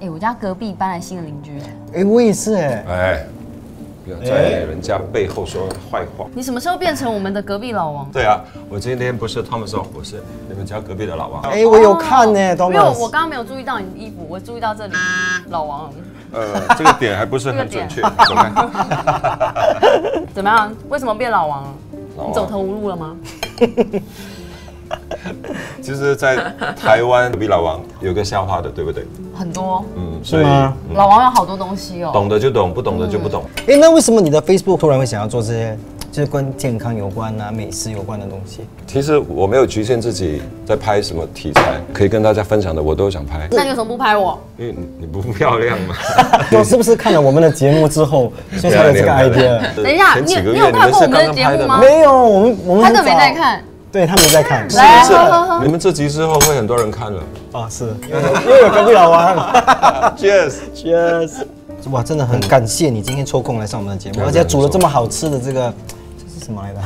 哎、我家隔壁搬来新的邻居，哎，我也是哎，哦哎，不要在人家背后说坏话。你什么时候变成我们的隔壁老王？对啊，我今天不是他们说我是你们家隔壁的老王。哎，我有看呢没有，哦我，Thomas。刚刚没有注意到你的衣服，我注意到这里老王呃，这个点还不是很准确。走开怎么样？为什么变老王了？老王你走投无路了吗？其实，在台湾隔壁老王有个笑话的，对不对？很多 嗯，是吗嗯老王有好多东西哦。懂的就懂，不懂的就不懂。哎，那为什么你的 Facebook 突然会想要做这些，就是跟健康有关啊、美食有关的东西？其实我没有局限自己在拍什么题材，可以跟大家分享的，我都想拍。那你为什么不拍我？因为你不漂亮 嘛。我是不是看了我们的节目之后，所以才有 这个 idea？等一下前几个你月有你们是你有看过我们刚的刚节目拍的吗吗？没有，我们我们他很都没早在，看，对他没 在看，来是喝喝喝。你们这集之后会很多人看了。啊，是因为因为有隔壁老王。 Cheers。啊 Cheers！哇，真的很感谢你今天抽空来上我们的节目，而且煮了这么好吃的这个，这是什么来的？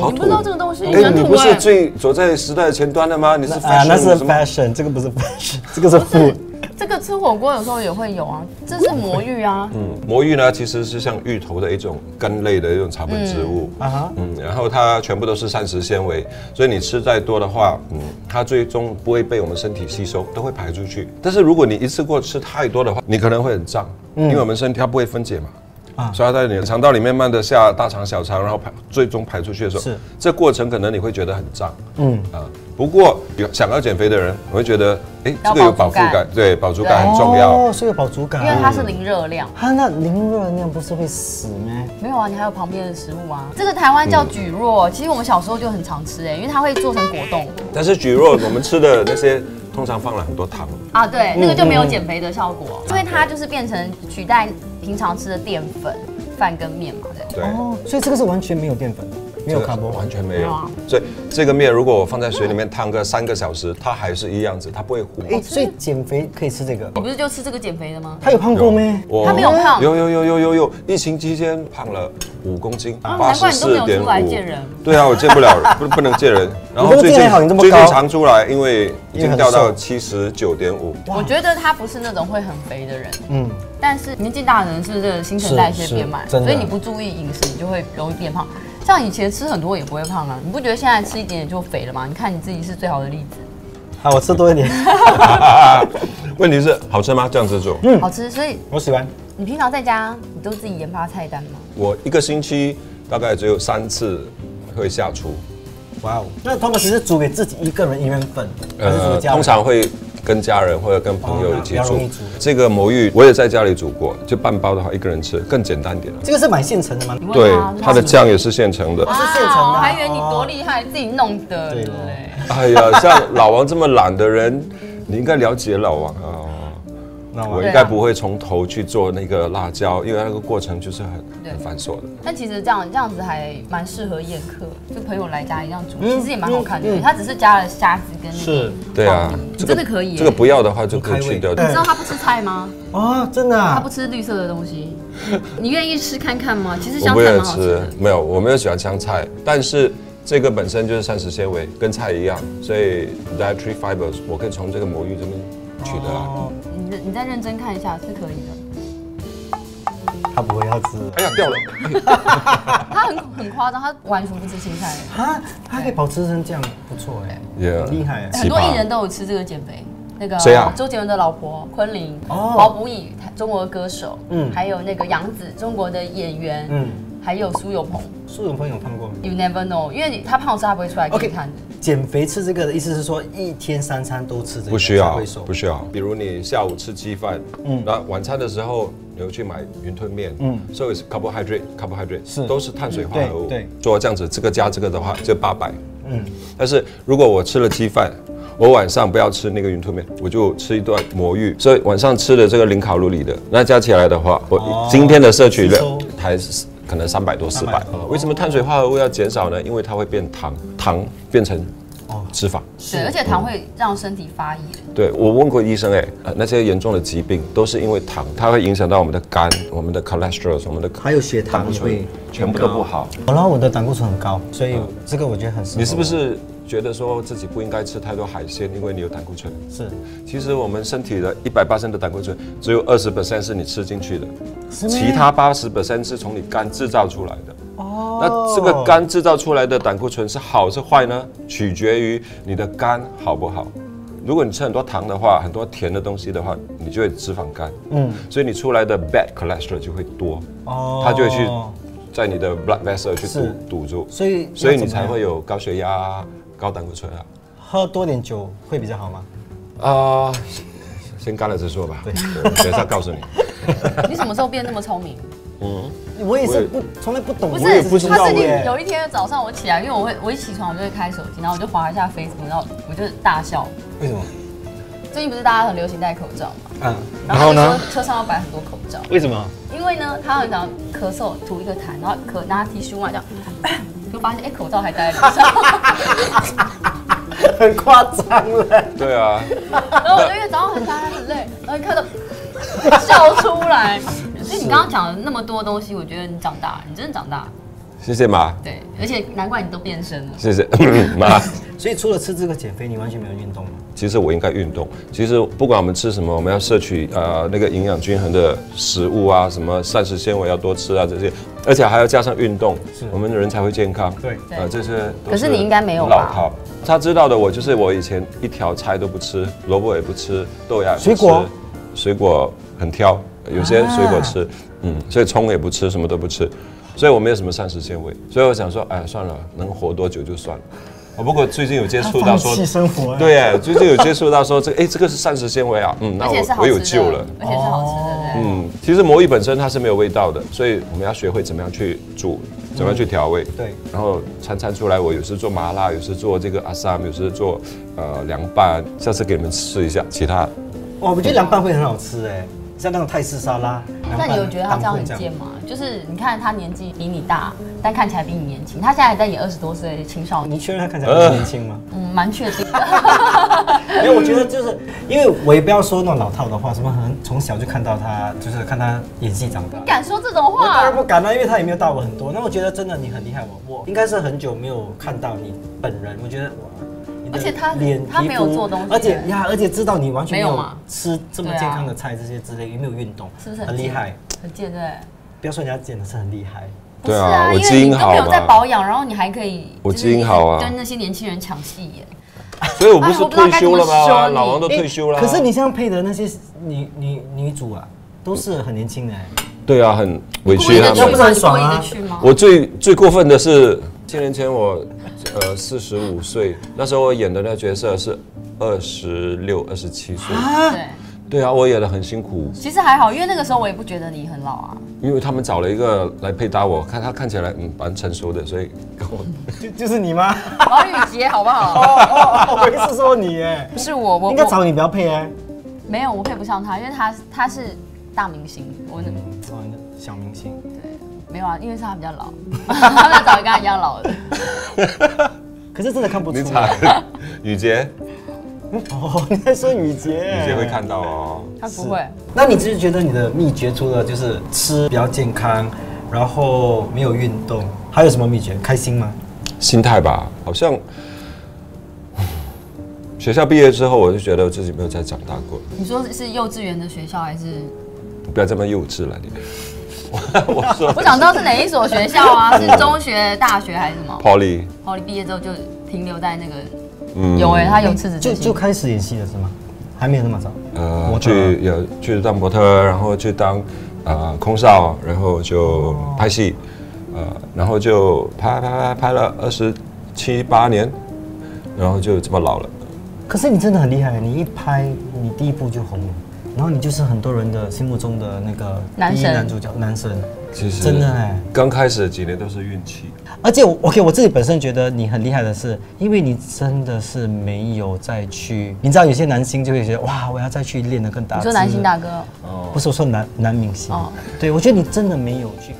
好你不知道这个东西哎，很你土不哎是。最走在时代前端的吗？你是 fashion 啊，那是什么 fashion，这个不是 fashion，这个是 food。 这个吃火锅有时候也会有啊，这是魔芋啊，嗯魔芋呢，其实是像芋头的一种根类的一种草本植物。啊哈，嗯，然后它全部都是膳食纤维，所以你吃再多的话，嗯，它最终不会被我们身体吸收，都会排出去。但是如果你一次过吃太多的话，你可能会很胀，因为我们身体它不会分解嘛。嗯啊所以它在你的肠道里面慢的下大肠、小肠，然后排最终排出去的时候，是这过程可能你会觉得很胀，嗯嗯啊。不过有想要减肥的人，我会觉得，哎，要这个有饱饱足腹感感，对，饱足 感很重要。哦，所以有饱足感。因为它是零热量。它啊那零热量不是会死吗？没有啊，你还有旁边的食物啊。这个台湾嗯叫蒟蒻，其实我们小时候就很常吃哎、因为它会做成果冻但是蒟蒻我们吃的那些通常放了很多糖，啊，对，嗯那个就没有减肥的效果，因为它就是变成取代平常吃的淀粉、饭跟面嘛，对。对。哦，所以这个是完全没有淀粉的，没有这个 c a r 完全没没有有啊。所以这个面如果我放在水里面烫个三个小时，它还是一样子，它不会糊。哦哎，所以减肥可以吃这个。你不是就吃这个减肥的吗？他哦有胖过吗？我他没有胖有有有有有有，疫情期间胖了五公斤，啊八难怪十你都没四有点出来五见人。对啊，我见不了，不不能见人。然你这么最健近康你这么最近高常出来，因为已因为经很掉到瘦七十九点五。我觉得他不是那种会很肥的人，嗯，但是年纪大的人是这个新陈代谢变慢，是是真所的以你不注意饮食，你就会容易变胖。像以前吃很多也不会胖啊，你不觉得现在吃一点点就肥了吗？你看你自己是最好的例子。好，我吃多一 点，问题是好吃吗？这样子做，嗯好吃，所以我喜欢。你平常在家你都自己研发菜单吗？我一个星期大概只有三次会下厨。哇哦，那 Thomas 是煮给自己一个人一人份，还是煮给呃，家人？通常会跟家人或者跟朋友一哦那比起较煮容易煮。这个魔芋我也在家里煮过，就半包的话，一个人吃更简单一点了。这个是买现成的吗？你问对他，它的酱也是现成的哦。是现成的啊我还以为你多厉害，自己弄的对嘞哦。哎呀，像老王这么懒的人，你应该了解老王啊。哦那我我应该不会从头去做那个辣椒，因为那个过程就是很对很繁琐的。但其实这样这样子还蛮适合宴客，就朋友来家里这样煮，其实也蛮好看的。它只是加了虾子跟那个是对啊黄梨，这真的可以耶。这个不要的话就可以很开胃去掉。你知道他不吃菜吗？哦，真的啊。他不吃绿色的东西。你愿意吃看看吗？其实我香不菜蛮愿好吃吃的。，没有，我没有喜欢香菜，但是这个本身就是膳食纤维，跟菜一样，所以 dietary fibers 我可以从这个魔芋这边取得啊来。哦，你你再认真看一下是可以的。他不会要吃哎呀，掉了！他很很夸张，他完全不吃青菜。啊，他可以保持成这样，不错哎， Yeah 很厉害哎。奇葩很多艺人都有吃这个减肥。那个谁啊周杰伦的老婆昆凌，哦毛不易，中国的歌手，嗯嗯，还有那个杨紫，中国的演员，嗯嗯，还有苏有朋苏永朋有胖过吗，You never know，因为你他胖的时候他不会出来给你 OK，看的。减肥吃这个的意思是说一天三餐都吃这个，不需要才会，瘦不需要。比如你下午吃鸡饭，嗯，那晚餐的时候你又去买云吞面，嗯，so it's carbohydrate carbohydrate 是都是碳水化合物。嗯对对做这样子，这个加这个的话就八百，嗯。但是如果我吃了鸡饭，我晚上不要吃那个云吞面，我就吃一段魔芋，所以晚上吃的这个零卡路里的，那加起来的话，哦我今天的摄取吸收量才可能三百多四300百。多为什么碳水化合物要减少呢？因为它会变糖，糖变成脂肪。对，而且嗯糖会让身体发 炎。对我问过医生，哎、呃，那些严重的疾病都是因为糖，它会影响到我们的肝、我们的 cholesterol、我们的还有血糖胆固也会醇，全部都不好。嗯然后我的胆固醇很高，所以这个我觉得很适合。你是不？是觉得说自己不应该吃太多海鲜，因为你有胆固醇。是其实我们身体的一百八的胆固醇，只有二十是你吃进去的，吗其他八十是从你肝制造出来的。哦，那这个肝制造出来的胆固醇是好是坏呢？取决于你的肝好不好。如果你吃很多糖的话，很多甜的东西的话，你就会脂肪肝。嗯，所以你出来的 bad cholesterol 就会多，哦它就会去在你的 blood vessel 去是堵堵住，所以所以你要怎么才样会有高血压啊、高胆固醇啊。喝多点酒会比较好吗？啊、先干了再说吧。对，等一下告诉 你。你什么时候变那么聪明？我也我是也不从来不懂，不我也是，不知他道欸最近耶有一天早上我起来，因为我会我一起床我就会开手机，然后我就划一下 Facebook，然后我就大笑。为什么？最近不是大家很流行戴口罩嘛，嗯，然后他就？说车上要摆很多口罩，为什么？因为呢他很常咳嗽吐一个痰，然后咳拿 T 恤嘛这样，就发现哎、口罩还 戴在脸上， 很夸张了。对啊，然后我就因为早上很大很累，然后一看到 笑出来。所以你刚刚讲了那么多东西，我觉得你长大了，你真的长大了，谢谢妈，对，而且难怪你都变身了。谢 谢妈。所以除了吃这个减肥，你完全没有运动吗？其实我应该运动。其实不管我们吃什么，我们要摄取呃那个营养均衡的食物啊，什么膳食纤维要多吃啊这些，而且还要加上运动，我们人才会健康。对呃，这些都可是你应该没有吧老套。他知道的我就是我以前一条菜都不吃，萝卜也不吃，豆芽也不水吃，果水果很挑，有些啊水果吃，嗯，所以葱也不吃，什么都不吃，所以我没有什么膳食纤维，所以我想说，哎，算了，能活多久就算了。我不过最近有接触到说放弃生活耶 对耶，最近有接触到说这个，哎，这个是膳食纤维啊，嗯，那而且是我好我吃的，有救了。而且是好吃的，哦对。嗯，其实魔芋本身它是没有味道的，所以我们要学会怎么样去煮，怎么样去调味。对然后餐餐出来，我有时做麻辣，有时做这个阿萨姆，有时做呃凉拌，下次给你们试一下其他。哇，我觉得凉拌会很好吃哎，像那种泰式沙拉。那你有觉得他这样很凉拌贱？吗？就是你看他年纪比你大，但看起来比你年轻。他现在还在演二十多岁的青少你年，确认他看起来不是年轻吗？嗯，蛮确定的。 呃没有，我觉得就是因为我也不要说那种老套的话，什么很从小就看到他，就是看他演戏长大。敢说这种我当然话？不敢啦、啊因为他也没有大我很多。那我觉得真的你很厉害我，我应该是很久没有看到你本人，我觉得哇，你的而且他脸他皮没有肤做东西而且呀，而且知道你完全没没有有嘛吃这么对啊健康的菜这些之类，也没有运动，是不是很很厉害？很贱对不对？不要说人家真的是很厉害，不是对啊我因基为因你都没有好在嘛保养，然后你还可以，我就是基因好啊跟那些年轻人抢戏演。所以我不是哎我不知道退休了该怎么说吗？你老王都退休了。啊可是你像配的那些女女女主啊，都是很年轻的、欸，对啊，很委故屈意他的那去不吗？你是很们。故爽意的啊去吗？我最最过分的是，七年前我呃四十五岁，那时候我演的那个角色是二十六、二十七岁。对，对啊，我演的很辛苦，其实还好，因为那个时候我也不觉得你很老啊。 因为他们找了一个来配搭我，看他看起来嗯蛮成熟的，所以跟我就就是你吗？王宇杰，好不好？哦， 我也是说你哎、不是我，我应该我找你不要配哎、没有，我配不上他，因为他他是大明星，我嗯，哦，你的小明星，没有啊，因为是他比较老， 他们要找跟他一样 老的。可是真的看不出你来。惨。雨杰， 哦，你在说雨杰、雨杰会看到哦。他不会，那你就是觉得你的秘诀除了就是吃比较健康，然后没有运动，还有什么秘诀？开心吗？心态吧，好像唉学校毕业之后，我就觉得自己没有再长大过。你说是幼稚园的学校还是？不要这么幼稚了，你。 我我说 我想知道是哪一所学校 啊？是中学、大学还是什么？ Polly，后你毕业之后就停留在那个嗯有哎、他有赤子就之就心。开始演戏了是吗？还没有那么早。呃模，特去有去当模特，然后去当呃空少，然后就拍戏，呃，然后就拍拍拍拍了二十七八年，然后就这么老了。可是你真的很厉害，你一拍你第一部就红了，然后你就是很多人的心目中的那个男第一神男主角男神。其实真的哎刚开始几年都是运气。而且我 OK，我自己本身觉得你很厉害的是，因为你真的是没有再去，你知道有些男星就会觉得哇，我要再去练得更大。哦你说南星大哥，哦不是我说男男明星，对我觉得你真的没有去